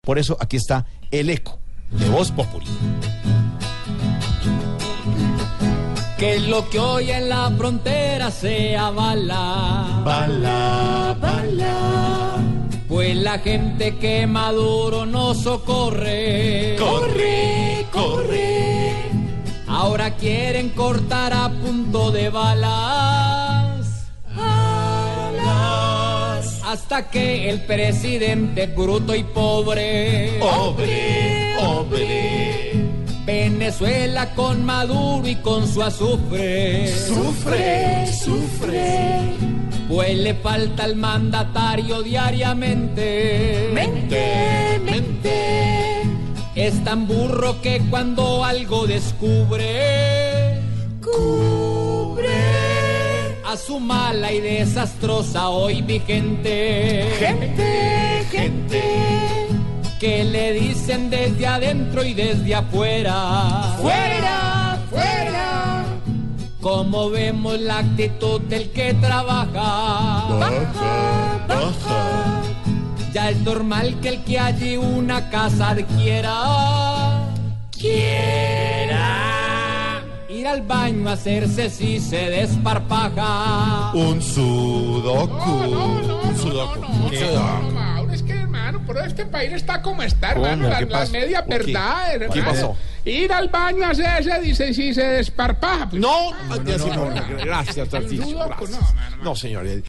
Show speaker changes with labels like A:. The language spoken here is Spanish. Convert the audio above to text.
A: Por eso aquí está el eco de Voz Populi.
B: Que lo que hoy en la frontera sea bala,
A: Bala,
B: pues la gente que Maduro no socorre.
A: Corre,
B: corre. Ahora quieren cortar a punto de balas. Hasta que el presidente bruto y pobre.
A: Oh. obre, obre,
B: Venezuela con Maduro y con su azufre.
A: sufre, sufre,
B: Pues le falta al mandatario diariamente.
A: mente,
B: Es tan burro que cuando algo descubre,
A: cubre,
B: a su mala y desastrosa hoy vigente,
A: gente, gente,
B: que le dicen desde adentro y desde afuera.
A: fuera, fuera,
B: Como vemos la actitud del que trabaja.
A: baja, baja,
B: Ya es normal que el que allí una casa adquiera. Quiera. Ir al baño a hacerse si se desparpaja.
A: un sudoku,
C: No, no, no,
A: un
C: no,
A: sudoku,
C: no, no,
A: ¿Qué?
C: no, no, Mauro, es que, hermano, pero este país está como está, hermano,
A: Coño,
C: la,
A: ¿qué
C: la
A: pasó?
C: media
A: ¿Por qué?
C: verdad, hermano.
A: ¿Qué pasó?
C: Ir al baño a hacerse, dice, si se desparpaja. pues,
A: No, así no, gracias,
C: un
A: Tarcisio,
C: sudoku, no,
A: gracias.
C: no, no.
A: No, señores.